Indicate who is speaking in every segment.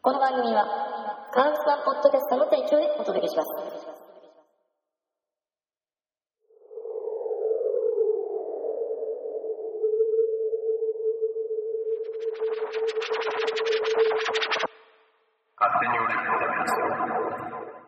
Speaker 1: この番組は、カウントワンポッドキャストの提供でお届けします。
Speaker 2: 勝手に俺プロダクツ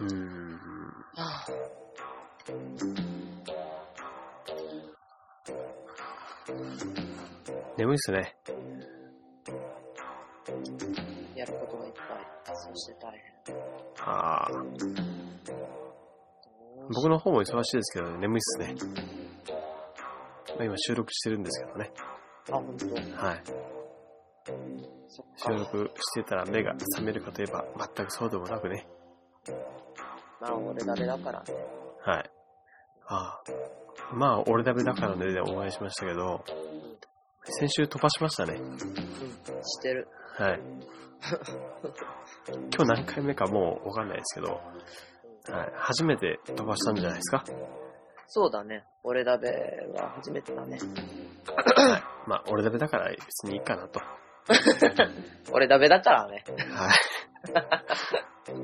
Speaker 3: うーん。眠いっすね。
Speaker 4: やることがいっぱい。そして大変。
Speaker 3: ああ。僕の方も忙しいですけど、眠いっすね。まあ今収録してるんですけどね。
Speaker 4: あ、本当。
Speaker 3: はい。
Speaker 4: そっ
Speaker 3: 収
Speaker 4: か。
Speaker 3: 録してたら目が覚めるかといえば、全くそうでもなくね。
Speaker 4: まあ、俺ダメだからね。
Speaker 3: はい。ああ。まあ、俺ダメだからねでお会いしましたけど、先週飛ばしましたね。
Speaker 4: うん。してる。
Speaker 3: はい。今日何回目かもうわかんないですけど、はい、初めて飛ばしたんじゃないですか。
Speaker 4: そうだね。俺ダメは初めてだね。
Speaker 3: まあ、俺だけだから別にいいかなと。
Speaker 4: 俺ダメだからね。
Speaker 3: はい。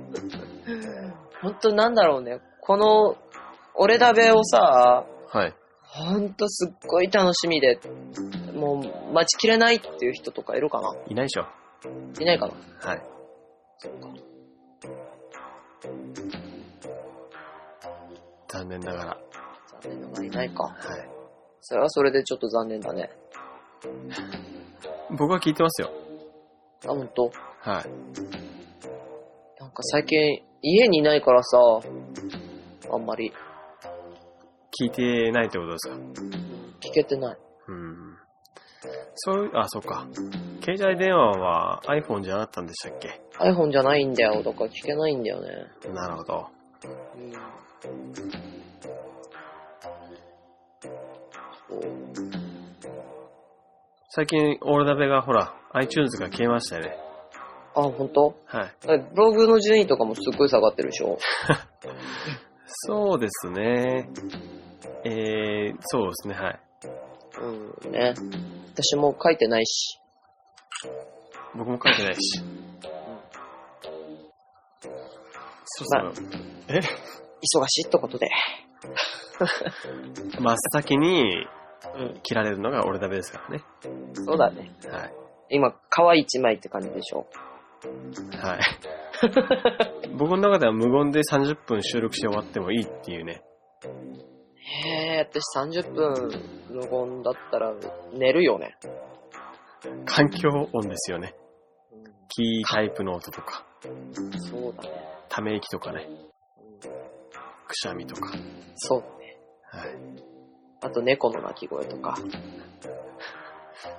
Speaker 4: 本当なんだろうね。この、俺ダメをさ、
Speaker 3: はい。
Speaker 4: ほんとすっごい楽しみで、もう待ちきれないっていう人とかいるかない
Speaker 3: ないでしょ。
Speaker 4: いないかな
Speaker 3: はい。
Speaker 4: そっか。
Speaker 3: 残念ながら。
Speaker 4: 残念ながらいないか。
Speaker 3: はい。
Speaker 4: それはそれでちょっと残念だね。
Speaker 3: 僕は聞いてますよ。
Speaker 4: あ、ほんと。
Speaker 3: はい。
Speaker 4: なんか最近、家にいないからさ、あんまり
Speaker 3: 聞いてないってことですか。
Speaker 4: 聞けてない。
Speaker 3: うん。そういう、あ、そっか。携帯電話は iPhone じゃなかったんでしたっけ
Speaker 4: iPhone じゃないんだよ。だから聞けないんだよね。
Speaker 3: なるほど。
Speaker 4: うん。そう
Speaker 3: 最近、オールダベがほら、iTunes が消えましたよね。
Speaker 4: あ、ほんと
Speaker 3: はい。
Speaker 4: えブログの順位とかもすっごい下がってるでしょ
Speaker 3: そうですね。えー、そうですね、はい。
Speaker 4: うん、ね。私も書いてないし。
Speaker 3: 僕も書いてないし。そうそう。
Speaker 4: 忙しいってことで。
Speaker 3: 真っ先に
Speaker 4: うん。
Speaker 3: 切られるのが俺だべですからね。
Speaker 4: そうだね。
Speaker 3: はい。
Speaker 4: 今、皮一枚って感じでしょ
Speaker 3: はい。僕の中では無言で30分収録して終わってもいいっていうね。
Speaker 4: へえ、私30分無言だったら寝るよね。
Speaker 3: 環境音ですよね。
Speaker 4: う
Speaker 3: キータイプの音とか、
Speaker 4: ん、そうだね。
Speaker 3: ため息とかね、
Speaker 4: うん
Speaker 3: くしゃみとか。
Speaker 4: そうね。
Speaker 3: はい。
Speaker 4: あと猫の鳴き声とか。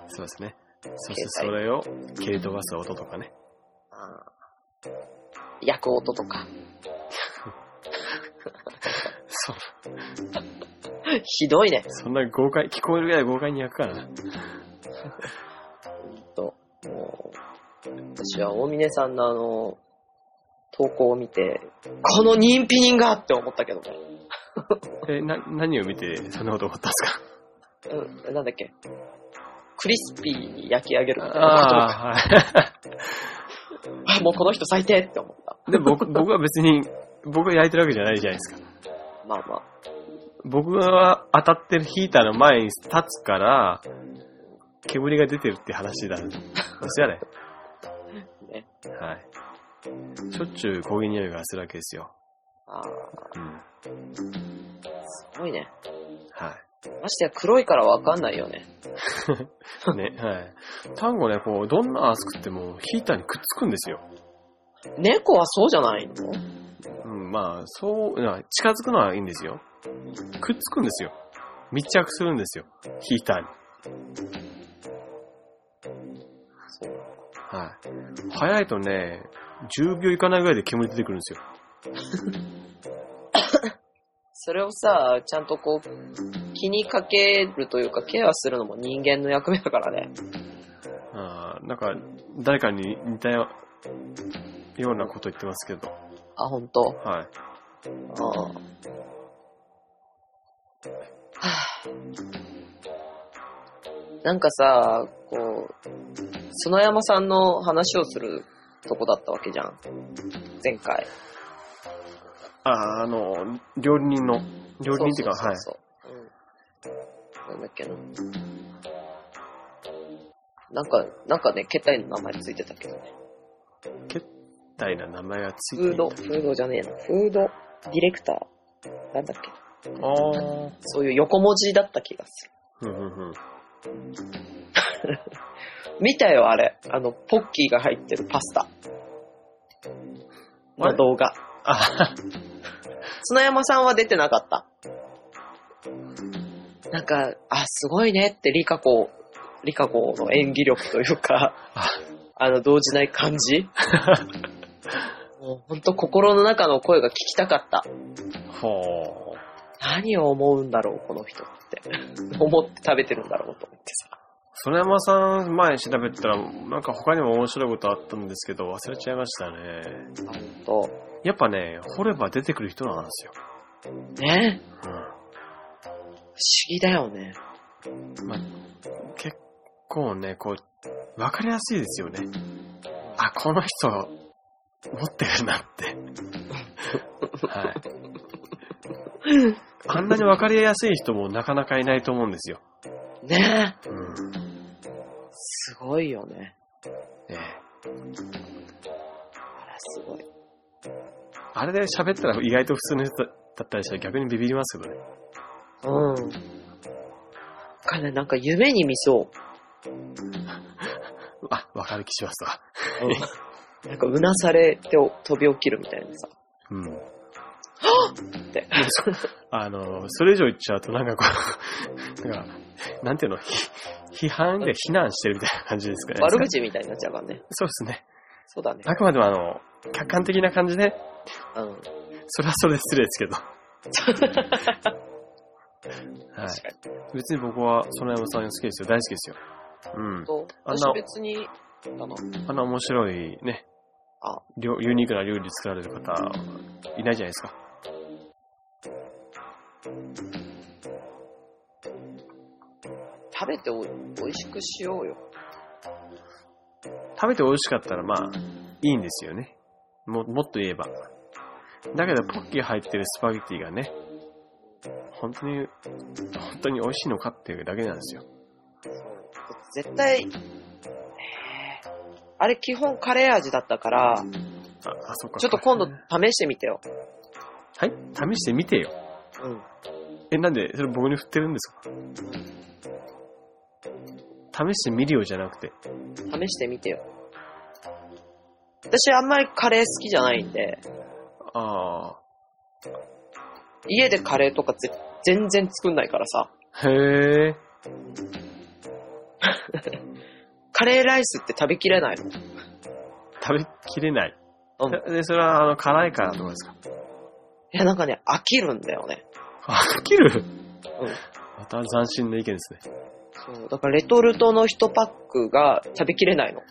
Speaker 3: そうですね。そしてそれを蹴り飛ばす音とかね。
Speaker 4: あー焼く音とか。
Speaker 3: そう。
Speaker 4: ひどいね。
Speaker 3: そんな豪快、聞こえるぐらい豪快に焼くからな。
Speaker 4: ほんと。もう、私は大峰さんのあの、投稿を見て、この人否人がって思ったけどね。
Speaker 3: え、な、何を見てそんなこと思ったんですか
Speaker 4: うん、なんだっけ。クリスピーに焼き上げるみたいな。
Speaker 3: ああ、は
Speaker 4: あ、もうこの人最低って思った。
Speaker 3: い。で、僕、僕は別に、僕が焼いてるわけじゃないじゃないですか。
Speaker 4: まあまあ。
Speaker 3: 僕が当たってるヒーターの前に立つから、煙が出てるって話だ。です よね。
Speaker 4: ね。
Speaker 3: はい。しょっちゅう焦げ匂いがするわけですよ。
Speaker 4: あー
Speaker 3: うん。
Speaker 4: すごいね。
Speaker 3: は
Speaker 4: ましてや黒いからわかんないよね。
Speaker 3: い。ね、はい。タンゴね、こう、どんなアース食ってもヒーターにくっつくんですよ。
Speaker 4: 猫はそうじゃないの
Speaker 3: うん、まあ、そう、な近づくのはいいんですよ。くっつくんですよ。密着するんですよ。ヒーターに。
Speaker 4: そう。
Speaker 3: はい。早いとね、10秒いかないぐらいで煙出てくるんですよ。
Speaker 4: それをさ、ちゃんとこう、気にかけるというか、ケアするのも人間の役目だからね。
Speaker 3: あーなんか、誰かに似たよようなこと言ってますけど。
Speaker 4: あ、ほんと。
Speaker 3: はい。
Speaker 4: あーはあなんかさ、こう、園山さんの話をするとこだったわけじゃん。前回。
Speaker 3: ああ、あの、料理人の、料理人っていうか、
Speaker 4: そ
Speaker 3: は
Speaker 4: う
Speaker 3: い。
Speaker 4: そうそうそう、うん。なんだっけな。なんか、なんかね、携帯の名前ついてたけどね。
Speaker 3: 決体な名前がついてい
Speaker 4: フー
Speaker 3: た
Speaker 4: ド、フードじゃねえな。フード、ディレクター。なんだっけ。
Speaker 3: ああ。
Speaker 4: そういう横文字だった気がす
Speaker 3: うんうんうん。
Speaker 4: る。見たよ、あれ。あの、ポッキーが入ってるパスタ。
Speaker 3: あ
Speaker 4: の
Speaker 3: れ
Speaker 4: 動画。
Speaker 3: あ
Speaker 4: 砂山さんは出てなかった。なんか、あ、すごいねって、リカ子、リカ子の演技力というか、あの、動じない感じもう本当心の中の声が聞きたかった。
Speaker 3: ほう。
Speaker 4: 何を思うんだろう、この人って。思って食べてるんだろうと思ってさ。
Speaker 3: 園山さん前に調べてたら、なんか他にも面白いことあったんですけど、忘れちゃいましたね。
Speaker 4: と、
Speaker 3: やっぱね、掘れば出てくる人なんですよ。
Speaker 4: ね
Speaker 3: う
Speaker 4: 不思議だよね。
Speaker 3: ん。まあ、結構ね、こう、わかりやすいですよね。あ、この人、持ってるなって。はい。あんなにわかりやすい人もなかなかいないと思うんですよ。
Speaker 4: ね
Speaker 3: うん。
Speaker 4: すごいよね。
Speaker 3: ね
Speaker 4: あら、すごい。
Speaker 3: あれで喋ったら意外と普通の人だったりしたら逆にビビりますけどね。
Speaker 4: うん。なんかね、なんか夢に見そう。
Speaker 3: あ、わかる気しますわ。
Speaker 4: なんかうなされて飛び起きるみたいなさ。
Speaker 3: うん。
Speaker 4: って。
Speaker 3: あの、それ以上言っちゃうとなんかこう、なんか、なんていうの、ひ批判で非難してるみたいな感じですかね。
Speaker 4: 悪口みたいになっちゃうからね。
Speaker 3: そうですね。
Speaker 4: そうだね。
Speaker 3: あくまでもあの、客観的な感じで、
Speaker 4: うん。
Speaker 3: それはそれで失礼ですけど。 は
Speaker 4: 確かに。
Speaker 3: い。別に僕は、園山さん好きですよ。大好きですよ。うん。
Speaker 4: と
Speaker 3: あんな
Speaker 4: 私別に、あの、
Speaker 3: あの面白いね、
Speaker 4: あ
Speaker 3: 料ユニークな料理作られる方、いないじゃないですか。
Speaker 4: 食べてお美味しくしようよ。
Speaker 3: 食べて美味しかったらまあ、いいんですよね。も、もっと言えば。だけど、ポッキー入ってるスパゲティがね、本当に、本当に美味しいのかっていうだけなんですよ。
Speaker 4: 絶対、えーあれ基本カレー味だったから、
Speaker 3: あ、あそっか。
Speaker 4: ちょっと今度
Speaker 3: は
Speaker 4: 試してみてよ。
Speaker 3: い試してみてよ。
Speaker 4: うん。
Speaker 3: え、なんで、それ僕に振ってるんですか試してみるよじゃなくて。
Speaker 4: 試してみてよ。私あんまりカレー好きじゃないんで、
Speaker 3: あ
Speaker 4: 家でカレーとかぜ全然作んないからさ。
Speaker 3: あ。へえ。
Speaker 4: カレーライスって食べきれないの。
Speaker 3: 食べきれない。
Speaker 4: うん
Speaker 3: で、それは、あの、辛いからとかですか
Speaker 4: いや、なんかね、飽きるんだよね。
Speaker 3: 飽きる
Speaker 4: うん。
Speaker 3: また斬新な意見ですね。
Speaker 4: そう。だから、レトルトの1パックが食べきれないの。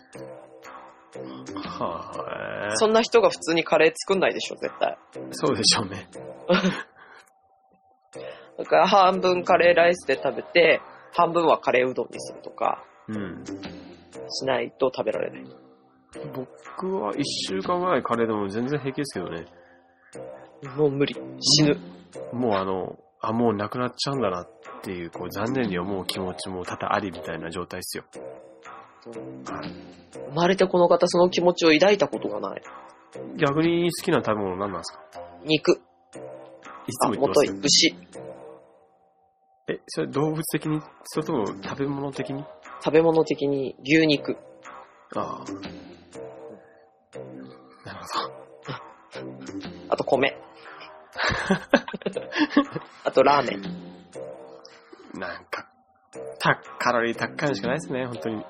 Speaker 3: はあ。
Speaker 4: そんな人が普通にカレー作んないでしょ、絶対。
Speaker 3: そうでしょうね。
Speaker 4: だから、半分カレーライスで食べて、半分はカレーうどんにするとか、
Speaker 3: うん。
Speaker 4: しないと食べられない。
Speaker 3: 僕は一週間ぐらいカレーでも全然平気ですけどね。
Speaker 4: もう無理。死ぬ。
Speaker 3: もうあの、あ、もうなくなっちゃうんだなっていう、こう、残念に思う気持ちも多々ありみたいな状態ですよ。
Speaker 4: 生まれてこの方、その気持ちを抱いたことがない。
Speaker 3: 逆に好きな食べ物何なんですか
Speaker 4: 肉。
Speaker 3: いつ
Speaker 4: あ、
Speaker 3: も言
Speaker 4: も
Speaker 3: って
Speaker 4: と
Speaker 3: ま
Speaker 4: い
Speaker 3: す。。
Speaker 4: 牛。
Speaker 3: え、それ動物的にそれとも食べ物的に
Speaker 4: 食べ物的に牛肉。
Speaker 3: ああ。なるほど。
Speaker 4: あと米。 あとラーメン。
Speaker 3: なんか、た、カロリー高いのしかないですね、本当に。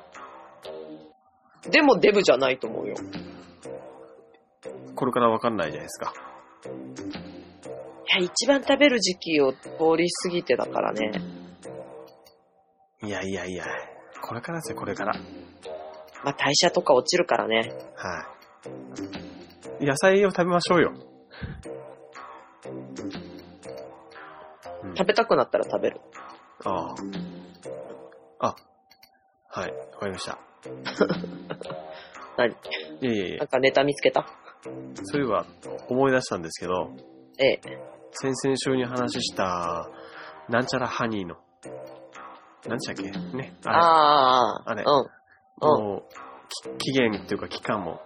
Speaker 4: でもデブじゃないと思うよ。
Speaker 3: これからわかんないじゃないですか。
Speaker 4: いや、一番食べる時期を通り過ぎてだからね。
Speaker 3: いやいやいや、これからですよ、これから。はい、
Speaker 4: まあ、代謝とか落ちるからね。
Speaker 3: 野菜を食べましょうよ。うん
Speaker 4: 食べたくなったら食べる。
Speaker 3: ああ。あ、はい、わかりました。
Speaker 4: 何
Speaker 3: いやいやい
Speaker 4: な
Speaker 3: や
Speaker 4: ん、かネタ見つけた
Speaker 3: そういえば思い出したんですけど、
Speaker 4: ええ。
Speaker 3: 先々週に話した、なんちゃらハニーの、なんでしたっけね、あれ。
Speaker 4: ああ、
Speaker 3: あれ
Speaker 4: うん。うん。
Speaker 3: もう、き期限っていうか期間 も、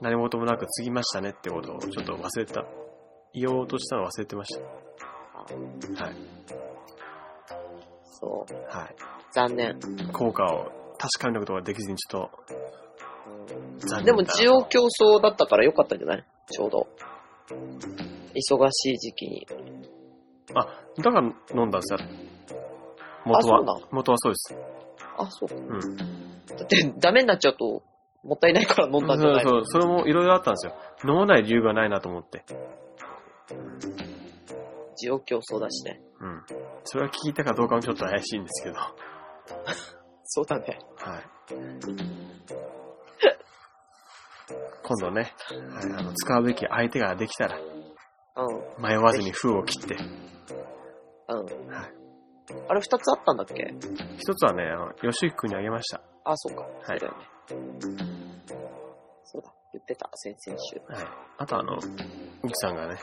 Speaker 3: 何事もなく過ぎましたねってことをちょっと忘れてた。言おうとしたの忘れてました。はい。
Speaker 4: そう。
Speaker 3: はい。
Speaker 4: 残念。
Speaker 3: 効果を確かめることができずにちょっと、残念
Speaker 4: でも、
Speaker 3: だ
Speaker 4: 需要競争だったから良かったんじゃないちょうど。忙しい時期に。
Speaker 3: だから飲んだんですよ。元
Speaker 4: そうな
Speaker 3: は
Speaker 4: の、
Speaker 3: 元はそうです。
Speaker 4: あ、そう。
Speaker 3: うん。
Speaker 4: だって、ダメになっちゃうと、もったいないから飲ん
Speaker 3: そ
Speaker 4: だんじゃ
Speaker 3: う
Speaker 4: ない
Speaker 3: そう、それもいろいろあったんですよ。飲まない理由がないなと思って。
Speaker 4: 需要競争だしね。
Speaker 3: うん。それは聞いたかどうかもちょっと怪しいんですけど。は
Speaker 4: そうだね。
Speaker 3: い。 今度ね、はい、あの使うべき相手ができたら、
Speaker 4: う
Speaker 3: 迷わずに封を切って、
Speaker 4: ん。うん。
Speaker 3: はい、
Speaker 4: あれ二つあったんだっけ
Speaker 3: 一つはね、あの吉行君にあげました。
Speaker 4: あ、そうか。
Speaker 3: はい
Speaker 4: そうだよね。そうだ。言ってた、先々週。
Speaker 3: はい、あとあの、奥さんがね、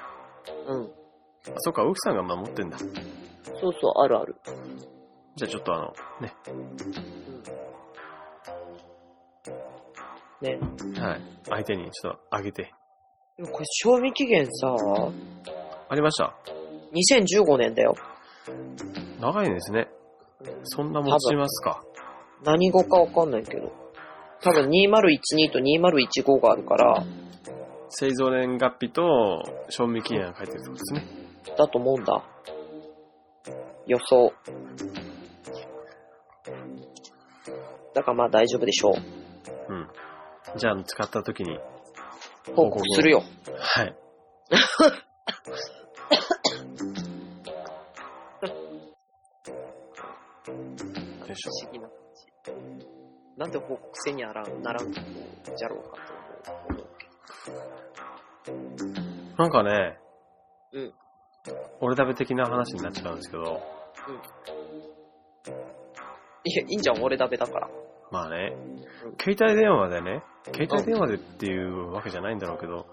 Speaker 4: うん。
Speaker 3: あ、そうか、奥さんが守ってんだ。
Speaker 4: そうそう、あるある。
Speaker 3: じゃあちょっとあの、ね、
Speaker 4: ね。
Speaker 3: はい、相手にちょっとあげて。
Speaker 4: でもこれ、賞味期限さ、
Speaker 3: ありました。
Speaker 4: 2015年だよ。
Speaker 3: 長いですね。そんな持ちますか。
Speaker 4: 何語かわかんないけど。多分2012と2015があるから、
Speaker 3: 製造年月日と賞味期限が書いてるってことですね。
Speaker 4: だと思うんだ。予想。だからまあ大丈夫でしょう。
Speaker 3: うん。じゃあ、使った時に、
Speaker 4: 報告するよ。
Speaker 3: はい。
Speaker 4: 不
Speaker 3: でしょ
Speaker 4: 思議な感じ。なんで報告せにあらんならんのじゃろうかと思うけ
Speaker 3: なんかね、
Speaker 4: うん。
Speaker 3: 俺食べ的な話になっちゃうんですけど、
Speaker 4: ど。いや、いいんじゃん、俺ダメだから。
Speaker 3: まあね、携帯電話でね、携帯電話でっていうわけじゃないんだろうけど、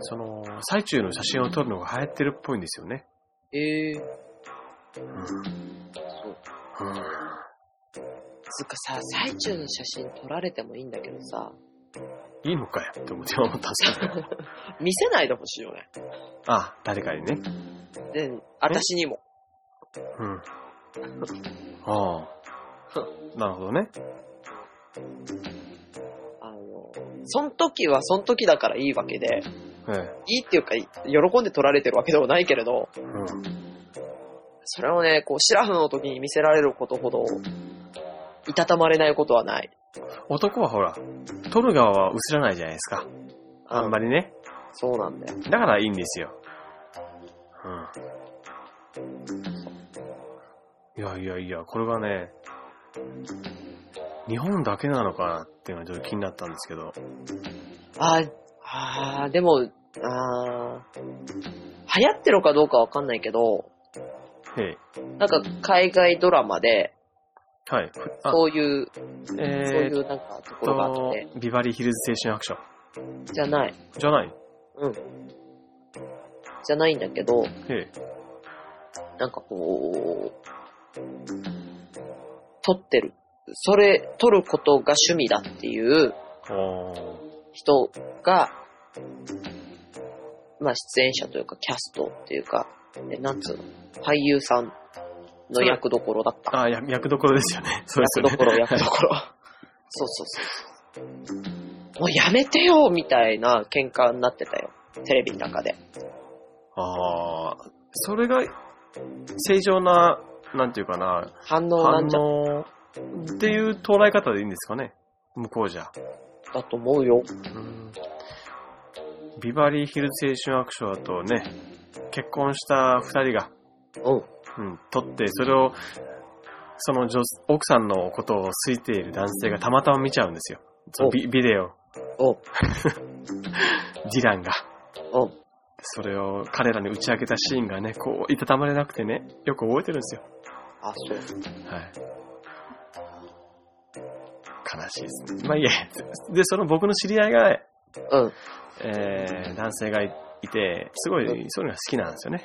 Speaker 3: その、最中の写真を撮るのが流行ってるっぽいんですよね。
Speaker 4: ええ
Speaker 3: うん。
Speaker 4: そう。
Speaker 3: うん。
Speaker 4: つうかさ、最中の写真撮られてもいいんだけどさ、
Speaker 3: いいのかよって思って思ったんです けど。
Speaker 4: 見せないでほしいよね。
Speaker 3: あ、誰かにね。
Speaker 4: で、私にも。
Speaker 3: うん。ああ。なるほどね。
Speaker 4: あの、その時はその時だからいいわけで、
Speaker 3: え
Speaker 4: いいっていうか、喜んで撮られてるわけでもないけれど、
Speaker 3: え。うん。
Speaker 4: それをね、こう、シラフの時に見せられることほど、いたたまれないことはない。
Speaker 3: 男はほら、撮る側は映らないじゃないですか。あんま
Speaker 4: り。
Speaker 3: りね。
Speaker 4: そうなんだよ。
Speaker 3: だからいいんですよ。うん。いやいやいや、これがね、日本だけなのかなっていうのがちょっと気になったんですけど。
Speaker 4: あーあー、でも、あー流行ってるかどうかわかんないけど、
Speaker 3: へい。
Speaker 4: なんか海外ドラマで、
Speaker 3: はい。あ、
Speaker 4: そういう、そう
Speaker 3: え
Speaker 4: い
Speaker 3: ーっ
Speaker 4: うなんかところがあっ
Speaker 3: と
Speaker 4: て、、
Speaker 3: ビバリーヒルズ青春アクション。
Speaker 4: じゃない。
Speaker 3: じゃない
Speaker 4: うん。じゃないんだけど、
Speaker 3: へい。
Speaker 4: なんかこう、撮ってる。それ、撮ることが趣味だっていう
Speaker 3: おー。
Speaker 4: 人が、まあ出演者というかキャストっていうか、えなんつうの、俳優さんの役どころだった。
Speaker 3: あ、や役どころですよ ね。そうです
Speaker 4: 役
Speaker 3: よ
Speaker 4: ど
Speaker 3: ね。
Speaker 4: ころ、役どころ。そうそうそう。もうやめてよみたいな喧嘩になってたよ。テレビの中で。
Speaker 3: あー。それが、正常な、なんていうかな、
Speaker 4: 反応な
Speaker 3: 反
Speaker 4: んじゃ
Speaker 3: 応っていう捉え方でいいんですかね向こうじゃ。
Speaker 4: だと思う
Speaker 3: う
Speaker 4: よ。
Speaker 3: んビバリーヒルズ青春アクションだとね、結婚した二人が、
Speaker 4: うん。
Speaker 3: うん、撮って、それを、その女奥さんのことを好いている男性がたまたま見ちゃうんですよ。そのビビデオ、
Speaker 4: おう。
Speaker 3: ディランが。
Speaker 4: おう。
Speaker 3: それを彼らに打ち明けたシーンがね、こう、いたたまれなくてね、よく覚えてるんですよ。
Speaker 4: あ、そう。
Speaker 3: はい。悲しいですね。まあいいや。で、その僕の知り合いが、
Speaker 4: うん。
Speaker 3: えー、男性がいいて、すごい、そういうのが好きなんですよね。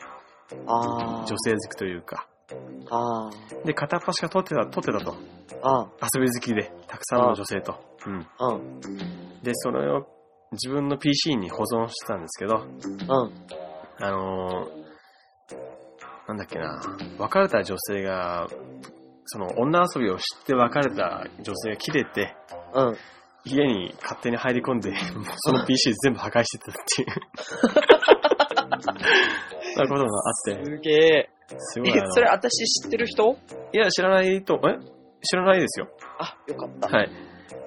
Speaker 4: ああ。
Speaker 3: 女性好きというか。
Speaker 4: あ
Speaker 3: で、片っ端が撮ってた、撮ってたと。
Speaker 4: あ。あ
Speaker 3: 遊び好きで、たくさんの女性と。うん。
Speaker 4: あ。うん。
Speaker 3: で、それを自分の PC に保存してたんですけど、
Speaker 4: うん。
Speaker 3: あのーなんだっけな、別れた女性が、その女遊びを知って別れた女性が切れて、
Speaker 4: うん。
Speaker 3: 家に勝手に入り込んで、も うその PC 全部破壊してたっていう。 そういうことがあって、
Speaker 4: すげえ。
Speaker 3: すごい
Speaker 4: え
Speaker 3: あの。
Speaker 4: それ私知ってる人
Speaker 3: いや、知らないと、え知らないですよ。
Speaker 4: あ、よかった。
Speaker 3: はい。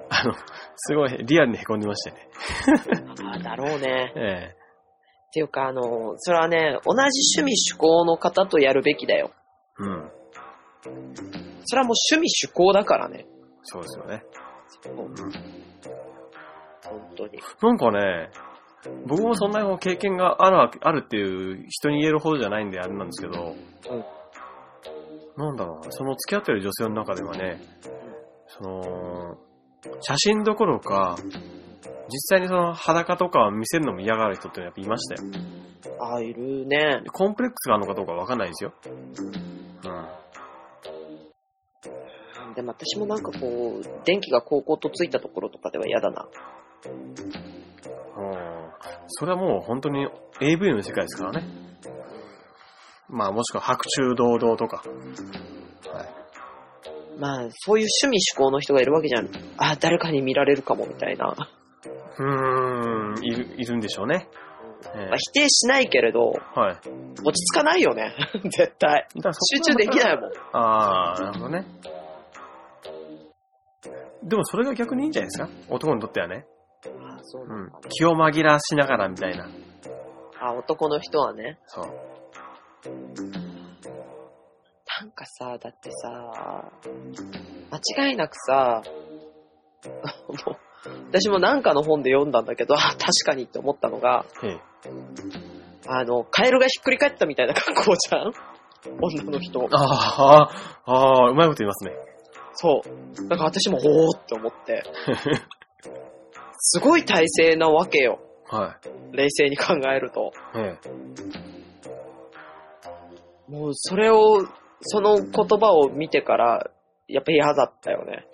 Speaker 3: あの、すごいリアルに凹んでましたね。
Speaker 4: ああ、だろうね。
Speaker 3: ええ
Speaker 4: っていうか、あの、それはね、同じ趣味趣向の方とやるべきだよ。
Speaker 3: うん。
Speaker 4: それはもう趣味趣向だからね。
Speaker 3: そうですよね。
Speaker 4: もう本当に。
Speaker 3: なんかね、僕もそんなに経験があるわけ、あるっていう人に言えるほどじゃないんであれなんですけど、なんだろうな、その付き合ってる女性の中ではね、その、写真どころか、実際にその裸とかを見せるのも嫌がる人っていうのはやっぱいましたよ。
Speaker 4: ああ、いるね。
Speaker 3: でコンプレックスがあるのかどうかわかんないですよ。うん。
Speaker 4: でも私もなんかこう、電気が高校とついたところとかでは嫌だな。
Speaker 3: うんそれはもう本当に AV の世界ですからね。まあもしくは白昼堂々とか。はい。
Speaker 4: まあ、そういう趣味趣向の人がいるわけじゃん。ああ、誰かに見られるかもみたいな。
Speaker 3: うーん、いる、いるんでしょうね。え
Speaker 4: まあ、否定しないけれど、
Speaker 3: えはい。
Speaker 4: 落ち着かないよね。 絶対。
Speaker 3: だからそ
Speaker 4: 集
Speaker 3: こ
Speaker 4: 中でき
Speaker 3: い。
Speaker 4: ないもん。
Speaker 3: ああ、なるほどね。でもそれが逆にいいんじゃないですか男にとってはね。
Speaker 4: ああ、そう
Speaker 3: う
Speaker 4: なん
Speaker 3: ん
Speaker 4: だ。。
Speaker 3: 気を紛らわしながらみたいな。
Speaker 4: ああ、男の人はね。
Speaker 3: そう。
Speaker 4: なんかさ、だってさ、間違いなくさ、 もう私もなんかの本で読んだんだけど、あ確かにって思ったのが、
Speaker 3: ええ。
Speaker 4: あの、カエルがひっくり返ったみたいな格好じゃん女の人。
Speaker 3: ああ、ああ、うまいこと言いますね。
Speaker 4: そう。だから私も、おーって思って。すごい体勢なわけよ。
Speaker 3: は
Speaker 4: 冷静に考えると。
Speaker 3: い。ええ。
Speaker 4: もう、それを、その言葉を見てから、やっぱ嫌だったよね。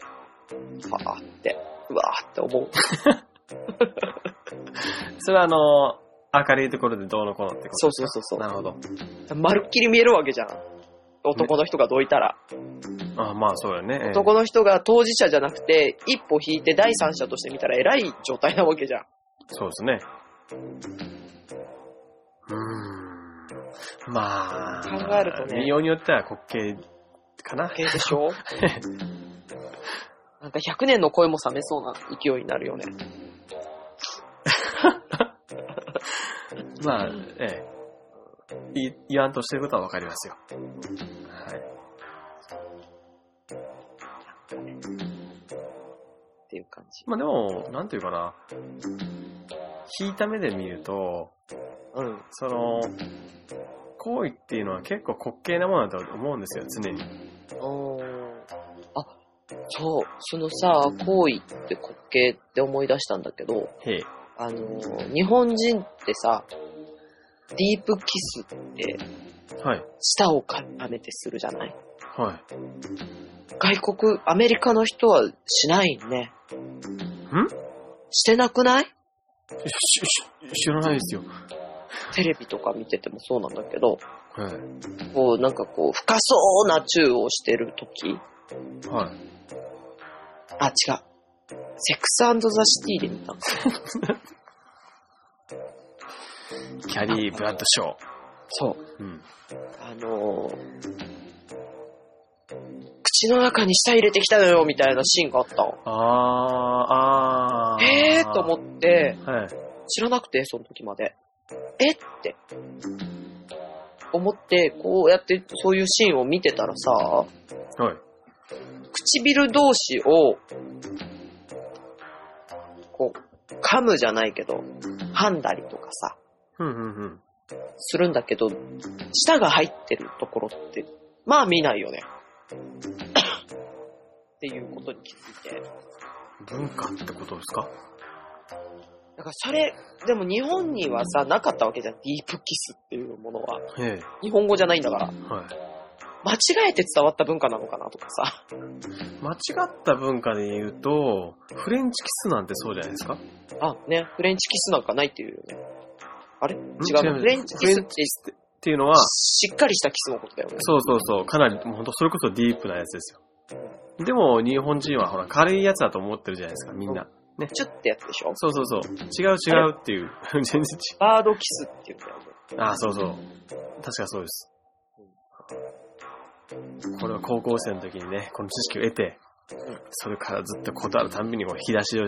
Speaker 4: はぁって、うわーって思う。
Speaker 3: それはあの明るいところでどうのこうのってこと
Speaker 4: そうそうそうそう。
Speaker 3: なるほど。
Speaker 4: まるっきり見えるわけじゃん。男の人がどいたら。
Speaker 3: ああまあそうだよね。ええ
Speaker 4: 男の人が当事者じゃなくて、一歩引いて第三者として見たら偉い状態なわけじ ゃん。
Speaker 3: そうですね。うーん。まあ、
Speaker 4: 考えるとね
Speaker 3: 利用によっては滑稽かな。
Speaker 4: 系でしょなんか100年の恋も冷めそうな勢いになるよね。
Speaker 3: まあ、ええ。い言わんとしてることはわかりますよ。はい。
Speaker 4: っていう感じ。
Speaker 3: まあでも、なんていうかな。引いた目で見ると、
Speaker 4: うん。
Speaker 3: その、行為っていうのは結構滑稽なものだと思うんですよ、常に。
Speaker 4: おーあ、そう、そのさ、行為って滑稽って思い出したんだけど、
Speaker 3: へい。
Speaker 4: あのー日本人ってさ、ディープキスって
Speaker 3: はい。
Speaker 4: 舌を絡めてするじゃない
Speaker 3: はい。
Speaker 4: 外国、アメリカの人はしないね。
Speaker 3: ん
Speaker 4: してなくない
Speaker 3: しし知らないですよ。
Speaker 4: テレビとか見ててもそうなんだけど、
Speaker 3: はい。
Speaker 4: こうなんかこう深そうなチューをしてるとき、
Speaker 3: はい。
Speaker 4: あ、違う。セックスザ・シティで見たの。
Speaker 3: キャリー・ブラッドショー。
Speaker 4: そう。
Speaker 3: うん。
Speaker 4: あのー、口の中に舌入れてきたのよみたいなシーンがあったの。
Speaker 3: あー、あー。
Speaker 4: えーと思って、
Speaker 3: はい。
Speaker 4: 知らなくて、その時まで。えって。思って、こうやってそういうシーンを見てたらさ、
Speaker 3: はい。
Speaker 4: 唇同士を、こう、噛むじゃないけど、噛んだりとかさ、
Speaker 3: うんうんうん。
Speaker 4: するんだけど、舌が入ってるところって、まあ見ないよね。っていうことに気づいて。
Speaker 3: 文化ってことですか
Speaker 4: だからそれ、でも日本にはさ、なかったわけじゃん。ディープキスっていうものは。
Speaker 3: え
Speaker 4: 日本語じゃないんだから。
Speaker 3: え。はい。
Speaker 4: 間違えて伝わった文化なのかなとかさ。
Speaker 3: 間違った文化で言うと、フレンチキスなんてそうじゃないですか
Speaker 4: あ、ね、フレンチキスなんかないっていうよね。あれ違
Speaker 3: 違
Speaker 4: う
Speaker 3: う
Speaker 4: の。フレンチキス
Speaker 3: フレ
Speaker 4: っ
Speaker 3: ン
Speaker 4: て、
Speaker 3: っていうのは、
Speaker 4: しっかりしたキスのことだよね。
Speaker 3: そうそうそう、かなり、本当それこそディープなやつですよ。でも、日本人はほら、軽いやつだと思ってるじゃないですか、みんな。
Speaker 4: チュッてやつでしょ
Speaker 3: そうそうそう。違う違うっていう。 全然違
Speaker 4: バードキスっていうんだよね。
Speaker 3: う。ああ、そうそう。確かそうです。これは高校生の時にね、この知識を得て、それからずっとことあるたんびにこう、引き出しを、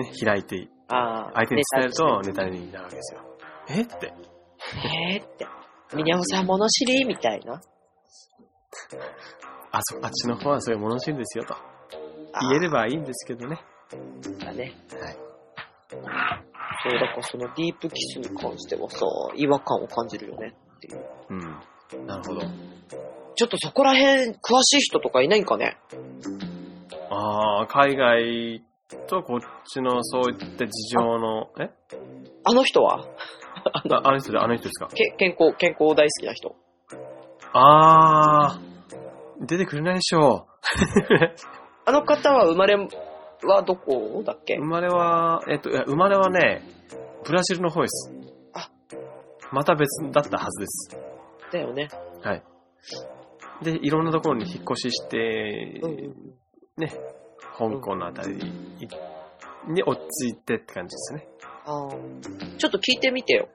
Speaker 3: ね、開いて、
Speaker 4: ああ。
Speaker 3: 相手に伝えるとネタになるわけですよ。えって。
Speaker 4: えーって。ミニャオさん物知りみたいな。
Speaker 3: あ、そ、あっちの方はそういう物知りですよと。
Speaker 4: あー
Speaker 3: 言えればいいんですけどね。
Speaker 4: だね。
Speaker 3: はい。
Speaker 4: そう、だからそのディープキスに関してはさ、違和感を感じるよねっていう。
Speaker 3: うん。なるほど。
Speaker 4: ちょっとそこら辺詳しい人とかいないんかね
Speaker 3: ああ、海外とこっちのそういった事情の、え
Speaker 4: あの人は
Speaker 3: ああの人で、あの人ですか
Speaker 4: け健康、健康大好きな人。
Speaker 3: ああ、出てくれないでしょ
Speaker 4: あの方は生まれはどこだっけ
Speaker 3: う。生まれは、えっと、いや生まれはね、ブラジルの方です。
Speaker 4: あ
Speaker 3: また別だったはずです。
Speaker 4: だよね。
Speaker 3: はい。で、いろんなところに引っ越しして、
Speaker 4: うんうん。
Speaker 3: 香港のあたりにに落ち着いてって感じですね。
Speaker 4: あーちょっと聞いてみてよ。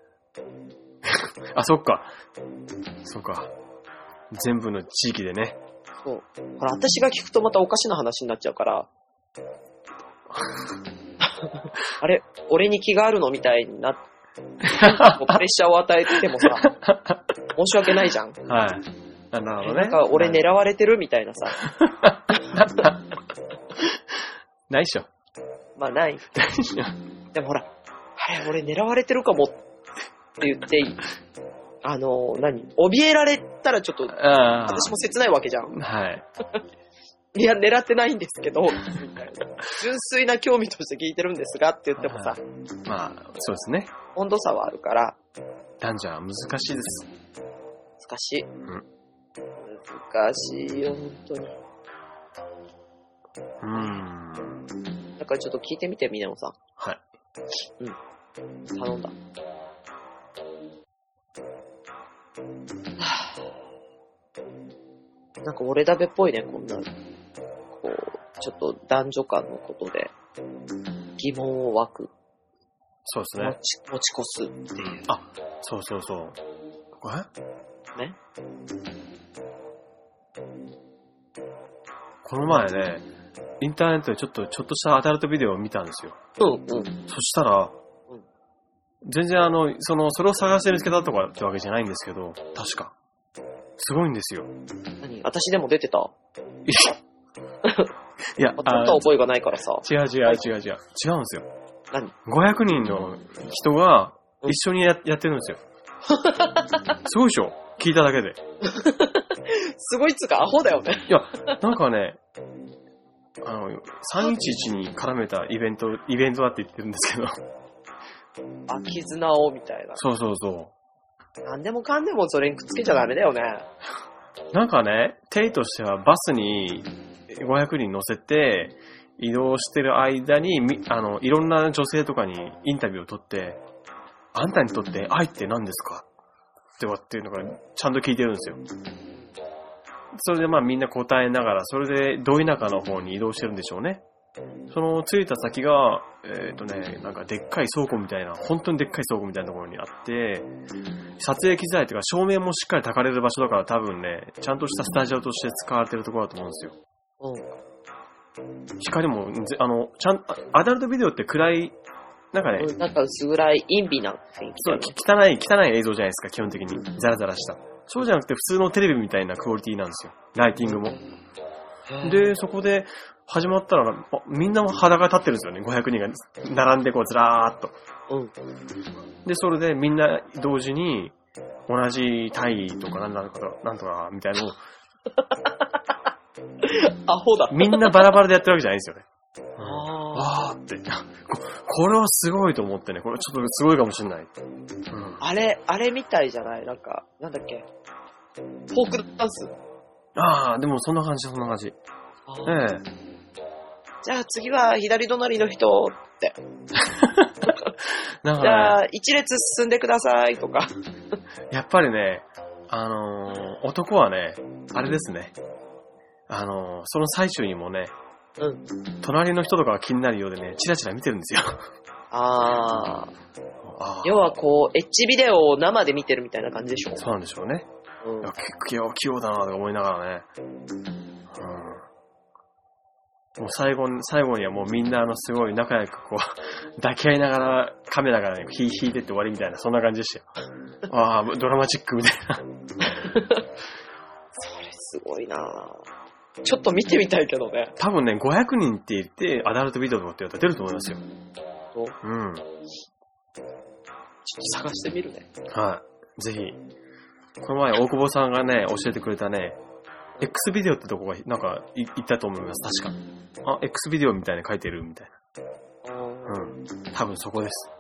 Speaker 3: あ、そっか。そっか。全部の地域で ね。
Speaker 4: そう。ほら、私が聞くとまたおかしな話になっちゃうから。 あれ、俺に気があるのみたいになって、プレッシャーを与えてても さ、申し訳ないじゃん。
Speaker 3: はい。あなるほどね。
Speaker 4: なんか俺
Speaker 3: はい
Speaker 4: 狙われてるみたいなさ。
Speaker 3: ないっしょ。
Speaker 4: まあない。
Speaker 3: ないっしょ。
Speaker 4: でもほら、あれ、俺狙われてるかもって言って、あの、何怯えられたらちょっと、
Speaker 3: ああ。
Speaker 4: 私も切ないわけじゃん。
Speaker 3: はい。
Speaker 4: いや、狙ってないんですけど、みたいな純粋な興味として聞いてるんですがって言ってもさ
Speaker 3: は、まあ、そうですね。
Speaker 4: 温度差はあるから、
Speaker 3: 男女は難しいです。
Speaker 4: 難しい。
Speaker 3: ん
Speaker 4: 難しいよ、本当に。
Speaker 3: うーん。
Speaker 4: だからちょっと聞いてみて、みねもさ
Speaker 3: はい。
Speaker 4: ん。頼んだ。 はぁなんか俺だべっぽいね、こんな、こう、ちょっと男女間のことで、疑問を湧く、
Speaker 3: そうです
Speaker 4: 持
Speaker 3: ね。
Speaker 4: ち持ち越すっていう。
Speaker 3: あ、そうそうそう。これ
Speaker 4: ね。
Speaker 3: この前ね、インターネットでちょっと、ちょっとしたアダルトビデオを見たんですよ。
Speaker 4: うんうん。
Speaker 3: そしたら
Speaker 4: うん、
Speaker 3: 全然あの、その、それを探して見つけたとかってわけじゃないんですけど、確か。すごいんですよ。
Speaker 4: 何私でも出てた。
Speaker 3: い や、
Speaker 4: まあ
Speaker 3: あ
Speaker 4: 撮った覚えがないからさ。
Speaker 3: 違う違う違う違う。違うんですよ。
Speaker 4: 何
Speaker 3: 500人の人が一緒にややってるんです よ。すごいでしょ聞いただけで。
Speaker 4: すごいっつうか、アホだよね。
Speaker 3: いや、なんかね、あの、311に絡めたイベント、イベントだって言ってるんですけど。
Speaker 4: あ、絆を、みたいな。
Speaker 3: そうそうそ
Speaker 4: 何でもかんでもそれにくっつけちゃダメだよね。
Speaker 3: う。なんかね、テイとしてはバスに500人乗せて、移動してる間に、みあの、いろんな女性とかにインタビューを取って、あんたにとって愛って何ですかってはっていうのがちゃんと聞いてるんですよ。それでまあみんな答えながら、それでど田舎の方に移動してるんでしょうね。その着いた先が、えっ、とね、なんかでっかい倉庫みたいな、本当にでっかい倉庫みたいなところにあって、撮影機材とか照明もしっかり焚かれる場所だから多分ね、ちゃんとしたスタジオとして使われてるところだと思うんですよ。
Speaker 4: うん。
Speaker 3: 光もぜ、あの、ちゃん、あアダルトビデオって暗いなんかね、
Speaker 4: うんなんか薄暗い陰微な雰囲気
Speaker 3: そ
Speaker 4: だ
Speaker 3: う
Speaker 4: ね。
Speaker 3: 汚い、汚い映像じゃないですか、基本的に。ザラザラした。そうじゃなくて、普通のテレビみたいなクオリティなんですよ。ライティングも。で、そこで始まったら、あみんな裸立ってるんですよね。500人が並んで、こう、ずらーっと。
Speaker 4: うん。
Speaker 3: で、それでみんな同時に、同じ体位とか、なんだか、なんとか、みたいなのを、
Speaker 4: アホだ。
Speaker 3: みんなバラバラでやってるわけじゃないんですよね。うん
Speaker 4: あー
Speaker 3: わーって。ここれはすごいと思ってね。これちょっとすごいかもしれない。うん
Speaker 4: あれ、あれみたいじゃないなんか、なんだっけ。フォークダンス。
Speaker 3: ああ、でもそんな感じ、そんな感じ。ええ。
Speaker 4: じゃあ次は左隣の人って。
Speaker 3: だか
Speaker 4: じゃ
Speaker 3: ら、
Speaker 4: あ一列進んでくださいとか。
Speaker 3: やっぱりね、あのー男はね、あれですね。あのーその最中にもね、
Speaker 4: うん。
Speaker 3: 隣の人とかが気になるようでね、チラチラ見てるんですよ。
Speaker 4: ああ。
Speaker 3: ああ。
Speaker 4: 要はこう、エッジビデオを生で見てるみたいな感じでしょ。
Speaker 3: そうなんでしょうね。
Speaker 4: う
Speaker 3: い
Speaker 4: ん
Speaker 3: や、結構器用器用だなとか思いながらね。うん。もう最後に、最後にはもうみんなあのすごい仲良くこう、 抱き合いながらカメラからね、ひい引いてって終わりみたいな、そんな感じでしたよ。ああ、ドラマチックみたいな。
Speaker 4: それすごいなぁちょっと見てみたいけどね。
Speaker 3: 多分ね、500人って言って、アダルトビデオとかってやったら出ると思いますよ。
Speaker 4: ちょっ
Speaker 3: うん。
Speaker 4: と探してみるね。
Speaker 3: はい。ぜひ。この前、大久保さんがね、教えてくれたね、X ビデオってとこが、なんか、い行ったと思います。確か。あ、X ビデオみたいなの書いてるみたいな。うん。多分そこです。
Speaker 4: うん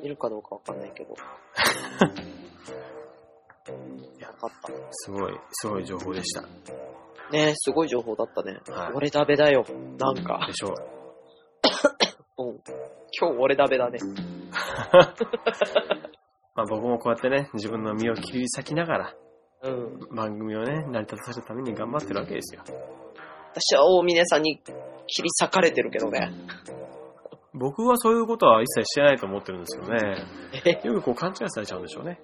Speaker 4: 見るかどうかわかんないけ ど。
Speaker 3: いや
Speaker 4: わかった。
Speaker 3: すごい、すごい情報でした。
Speaker 4: ねえ、すごい情報だったね。
Speaker 3: はい
Speaker 4: 俺ダメだよ。なんか
Speaker 3: で。しょう。
Speaker 4: うん。今日俺ダメだね。
Speaker 3: まあ僕もこうやってね、自分の身を切り裂きながら、
Speaker 4: うん。
Speaker 3: 番組をね、成り立たせるために頑張ってるわけですよ。
Speaker 4: 私は大峰さんに切り裂かれてるけどね。
Speaker 3: 僕はそういうことは一切してないと思ってるんですけどね。よくこう勘違いされちゃうんでしょうね。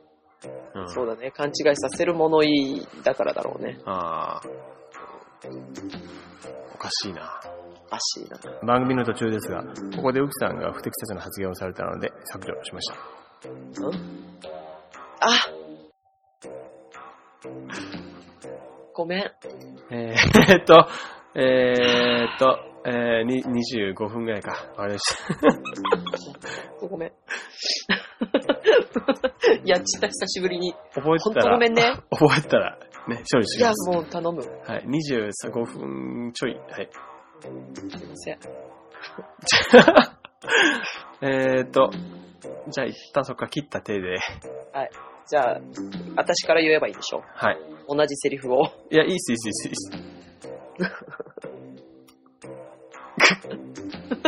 Speaker 3: うん。
Speaker 4: そうだね。勘違いさせる物言いだからだろうね。
Speaker 3: ああ。おかしいな。
Speaker 4: おかしいな。
Speaker 3: 番組の途中ですが、ここで奥さんが不適切な発言をされたので削除しました。
Speaker 4: うんあごめん。
Speaker 3: えーえーっと、えーっと、えー、に25分ぐらいか。わかりま した。
Speaker 4: ごめん。い や、ちった久しぶりに。
Speaker 3: 覚えて
Speaker 4: ほん
Speaker 3: た
Speaker 4: と
Speaker 3: ら、
Speaker 4: ごめんね。
Speaker 3: 覚えてたら、ね、処理し
Speaker 4: いや
Speaker 3: ま、す。
Speaker 4: もう頼む。す
Speaker 3: はい、25分ちょい。はい。
Speaker 4: いません。
Speaker 3: えーっと、じゃあ一旦そっから切った手で、
Speaker 4: じゃあ、私から言えばいいでしょ。
Speaker 3: はい。
Speaker 4: 同じセリフを。
Speaker 3: いや、いいっす、いいっす、いい っすいいっす。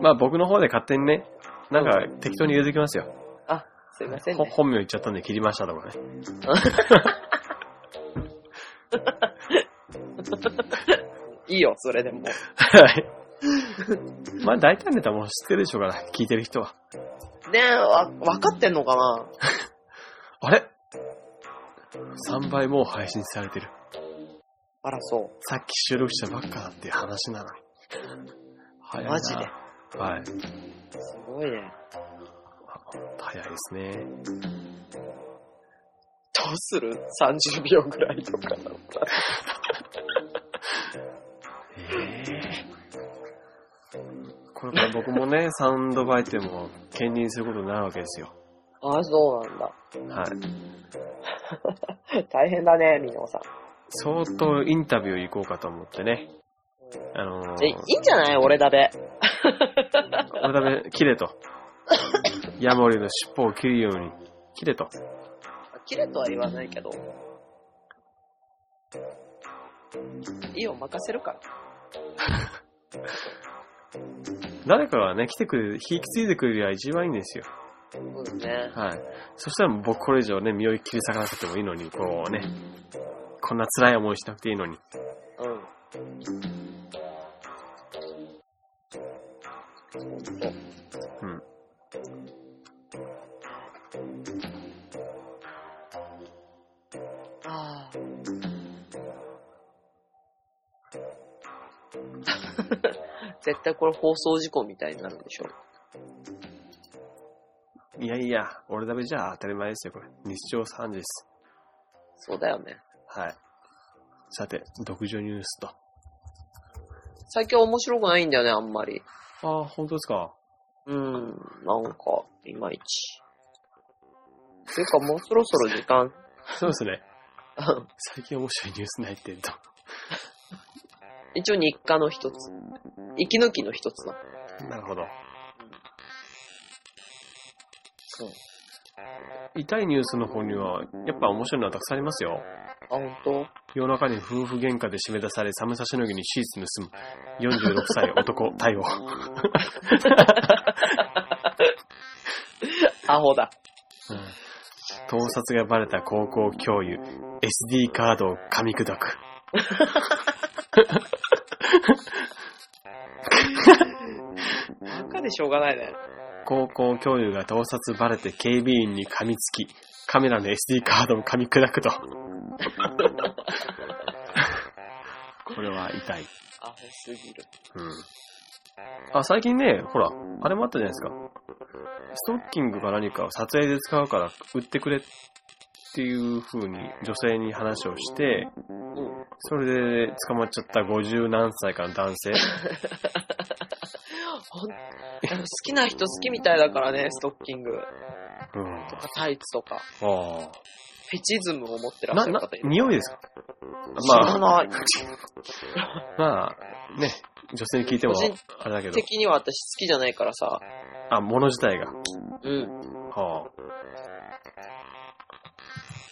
Speaker 3: まあ僕の方で勝手にね、なんか適当に言うときますよ。
Speaker 4: あ、すいません
Speaker 3: ほ
Speaker 4: ね。
Speaker 3: 本名言っちゃったんで切りましたとかね。
Speaker 4: いいよ、それでも。
Speaker 3: はい。まあ大体ネタもう知ってるでしょうから、聞いてる人は。
Speaker 4: ねえ、わ、わかってんのかな
Speaker 3: あれ ?3 倍もう配信されてる。
Speaker 4: あら、そう。
Speaker 3: さっき収録したばっかだっていう話なのに。早いな
Speaker 4: マジで。
Speaker 3: はい。
Speaker 4: すごいね。
Speaker 3: 早いですね。
Speaker 4: どうする ?30 秒ぐらいとかだったら。
Speaker 3: これから僕もね、サウンドバイトも兼任することになるわけですよ。
Speaker 4: ああ、そうなんだ。
Speaker 3: はい。
Speaker 4: 大変だね、みのさん。
Speaker 3: 相当インタビュー行こうかと思ってね。あの
Speaker 4: え、
Speaker 3: ー
Speaker 4: い、いんじゃない俺だべ。
Speaker 3: おだめ、切れと。ヤモリの尻尾を切るように、切れと。
Speaker 4: 切れとは言わないけど。いいよ、任せるから。
Speaker 3: 誰かがね、来てくれる、引き継いでくれりゃ一番いいんですよ。
Speaker 4: そうだね。
Speaker 3: はい。そしたらもう僕これ以上ね、身を切り裂かなくてもいいのに、こうね、こんな辛い思いしなくていいのに。
Speaker 4: うん。
Speaker 3: うん。
Speaker 4: ああ。 絶対これ放送事故みたいになるでしょ。
Speaker 3: いやいや、俺食べじゃ当たり前ですよ、これ。日常3時です。
Speaker 4: そうだよね。
Speaker 3: はい。さて、独自ニュースと。
Speaker 4: 最近面白くないんだよね、あんまり。
Speaker 3: ああ、本当ですか。
Speaker 4: うん、なんか、いまいち。ていうか、もうそろそろ時間。
Speaker 3: そうですね。最近面白いニュースないって言うと。
Speaker 4: 一応日課の一つ。息抜きの一つだ。
Speaker 3: なるほど。
Speaker 4: そう。
Speaker 3: 痛いニュースの方には、やっぱ面白いのはたくさんありますよ。
Speaker 4: あ、本当
Speaker 3: 夜中に夫婦喧嘩で締め出され、寒さしのぎにシーツ盗む。46歳男、逮捕。
Speaker 4: アホだ。
Speaker 3: うん盗撮がバレた高校教諭、SD カードを噛み砕く。
Speaker 4: なんかでしょうがないね。
Speaker 3: 高校教諭が盗撮バレて警備員に噛みつき、カメラの SD カードを噛み砕くと。これは痛い。
Speaker 4: アホすぎる。
Speaker 3: うん。あ、最近ね、ほら、あれもあったじゃないですか。ストッキングか何かを撮影で使うから売ってくれっていう風に女性に話をして、
Speaker 4: うん。
Speaker 3: それで捕まっちゃった50何歳かの男性。
Speaker 4: ほんでも好きな人好きみたいだからね、ストッキング
Speaker 3: うん。
Speaker 4: とかタイツとか、
Speaker 3: あ
Speaker 4: フェチズムを持って
Speaker 3: あ。
Speaker 4: らっ
Speaker 3: な、
Speaker 4: しゃる
Speaker 3: な
Speaker 4: 方い、る。
Speaker 3: 匂いですか
Speaker 4: 知ら
Speaker 3: まあ、
Speaker 4: ない。
Speaker 3: まあ、ね、女性に聞いても
Speaker 4: 個人、
Speaker 3: あれだけど、
Speaker 4: 的には私好きじゃないからさ。
Speaker 3: あ、物自体が。
Speaker 4: うん。
Speaker 3: は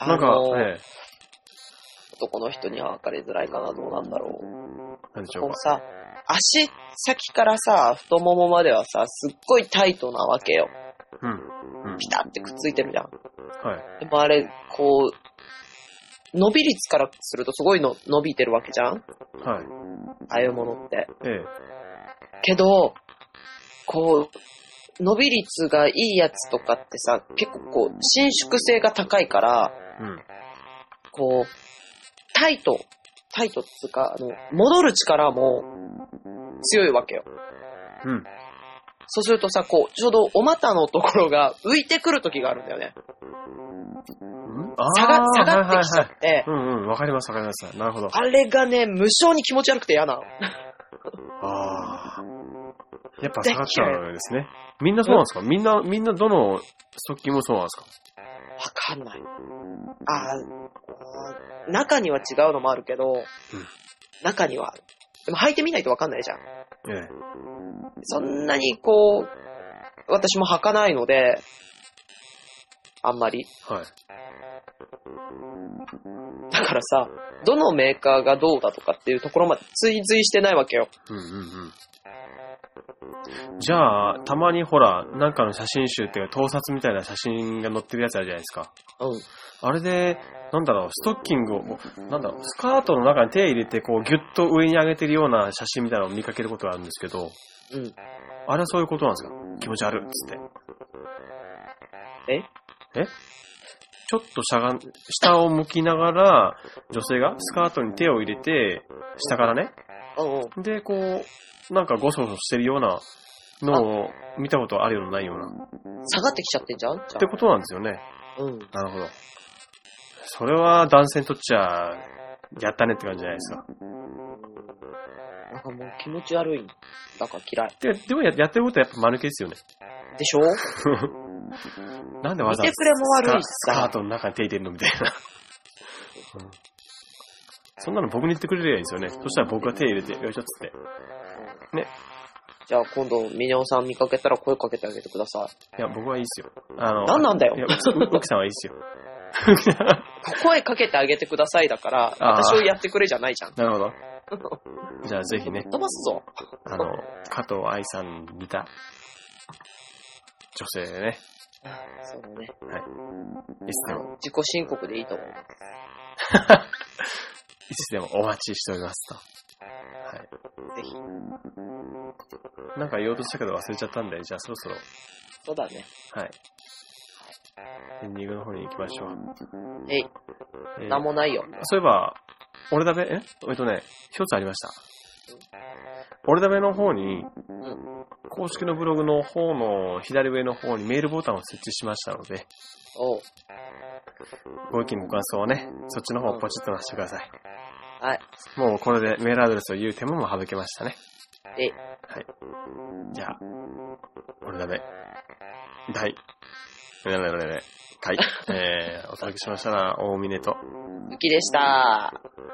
Speaker 3: あ。
Speaker 4: あ
Speaker 3: なんか、
Speaker 4: の
Speaker 3: ええ、
Speaker 4: 男の人には分かりづらいかな、どうなんだろう。
Speaker 3: なんでしょ
Speaker 4: こ
Speaker 3: う
Speaker 4: うさ、足先からさ、太ももまではさ、すっごいタイトなわけよ。
Speaker 3: か。うん。うん。
Speaker 4: ピタってくっついてるじゃん。
Speaker 3: はい。
Speaker 4: でもあれ、こう、伸び率からするとすごいの伸びてるわけじゃん
Speaker 3: はい。
Speaker 4: ああいうものって。
Speaker 3: ええ。
Speaker 4: けど、こう、伸び率がいいやつとかってさ、結構こう、伸縮性が高いから、
Speaker 3: うん。
Speaker 4: こう、タイト、タイトっていうか、あの、戻る力も強いわけよ。
Speaker 3: うん。
Speaker 4: そうするとさ、こう、ちょうどお股のところが浮いてくる時があるんだよね。
Speaker 3: うんあー
Speaker 4: 下が、下がってきちゃ
Speaker 3: はいはいはい
Speaker 4: って、
Speaker 3: うんうん、わかりますわかります。なるほど。
Speaker 4: あれがね、無性に気持ち悪くて嫌なの。
Speaker 3: ああ。やっぱ下がっちゃうんですね。みんなそうなんですかみんな、みんなどの側近もそうなんですか
Speaker 4: わかんない。あーあー、中には違うのもあるけど、中にはある。でも履いてみないとわかんないじゃん。
Speaker 3: ええ。
Speaker 4: そんなにこう、私も履かないので、あんまり。
Speaker 3: はい。
Speaker 4: だからさ、どのメーカーがどうだとかっていうところまで追随してないわけよ。
Speaker 3: うんうんうん。じゃあ、たまにほら、なんかの写真集っていうか、盗撮みたいな写真が載ってるやつあるじゃないですか。
Speaker 4: うん。
Speaker 3: あれで、なんだろう、ストッキングを、なんだろう、スカートの中に手入れて、こう、ぎゅっと上に上げてるような写真みたいなのを見かけることがあるんですけど、
Speaker 4: うん。
Speaker 3: あれはそういうことなんですか気持ち悪いっつって。
Speaker 4: え
Speaker 3: ちょっとしゃがん、下を向きながら、女性がスカートに手を入れて、下からね、
Speaker 4: うんうん。
Speaker 3: で、こう、なんかゴソゴソしてるようなのを見たことあるようなないような。っ
Speaker 4: 下がってきちゃってんじゃんじゃ
Speaker 3: てことなんですよね。
Speaker 4: あうん。
Speaker 3: なるほど。それは男性にとっちゃ、やったねって感じじゃないですか。
Speaker 4: なんかもう気持ち悪い。だから嫌い。
Speaker 3: で、でもややってることはやっぱ間抜けですよね。
Speaker 4: でしょ
Speaker 3: なんでわ
Speaker 4: 見
Speaker 3: ざわ
Speaker 4: て
Speaker 3: ざ
Speaker 4: くれも悪いし
Speaker 3: スカスカ
Speaker 4: さ
Speaker 3: ー。トの中に手入れるのみたいな。うんそんなの僕に言ってくれればいいんですよね。そしたら僕が手入れて、よいしょっつって。ね
Speaker 4: じゃあ今度、ミネオさん見かけたら声かけてあげてくださ
Speaker 3: い
Speaker 4: い。
Speaker 3: や、僕はいいっすよ。あの、
Speaker 4: 何なんだよ
Speaker 3: いや、奥奥さんはいいっ すよ。
Speaker 4: 声かけてあげてくださいだから、
Speaker 3: あー
Speaker 4: 私をやってくれじゃないじゃん。
Speaker 3: なるほど。じゃあぜひね、
Speaker 4: 飛ばすぞ。
Speaker 3: あの、加藤愛さんに似た女性でね、
Speaker 4: そうだね。
Speaker 3: いつでも、
Speaker 4: 自己申告でいいと思う。
Speaker 3: いつでもお待ちしておりますと。はい。
Speaker 4: ぜひ。
Speaker 3: なんか言おうとしたけど忘れちゃったんで、じゃあそろそろ、
Speaker 4: そうだね。
Speaker 3: はい。エンディングの方に行きましょう。
Speaker 4: えい、
Speaker 3: えー
Speaker 4: なんもないよ。
Speaker 3: そういえば、俺だべ、ええっとね、一つありました。ポルダメの方に
Speaker 4: うん。
Speaker 3: 公式のブログの方の左上の方にメールボタンを設置しましたので、
Speaker 4: おう。
Speaker 3: ご意見ご感想をね、そっちの方をポチッとなしてください。
Speaker 4: はい。
Speaker 3: もうこれでメールアドレスを言う手間も省けましたね。
Speaker 4: えい、
Speaker 3: じゃあ、ポルダメ、第、うらららら回、えー、お届けしましたのは大峰と、
Speaker 4: ゆきでした。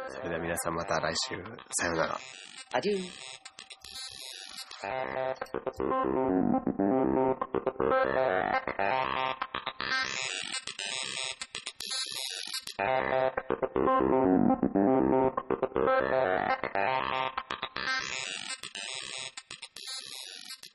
Speaker 3: それでは皆さんまた来週、さようなら。
Speaker 4: アデュー。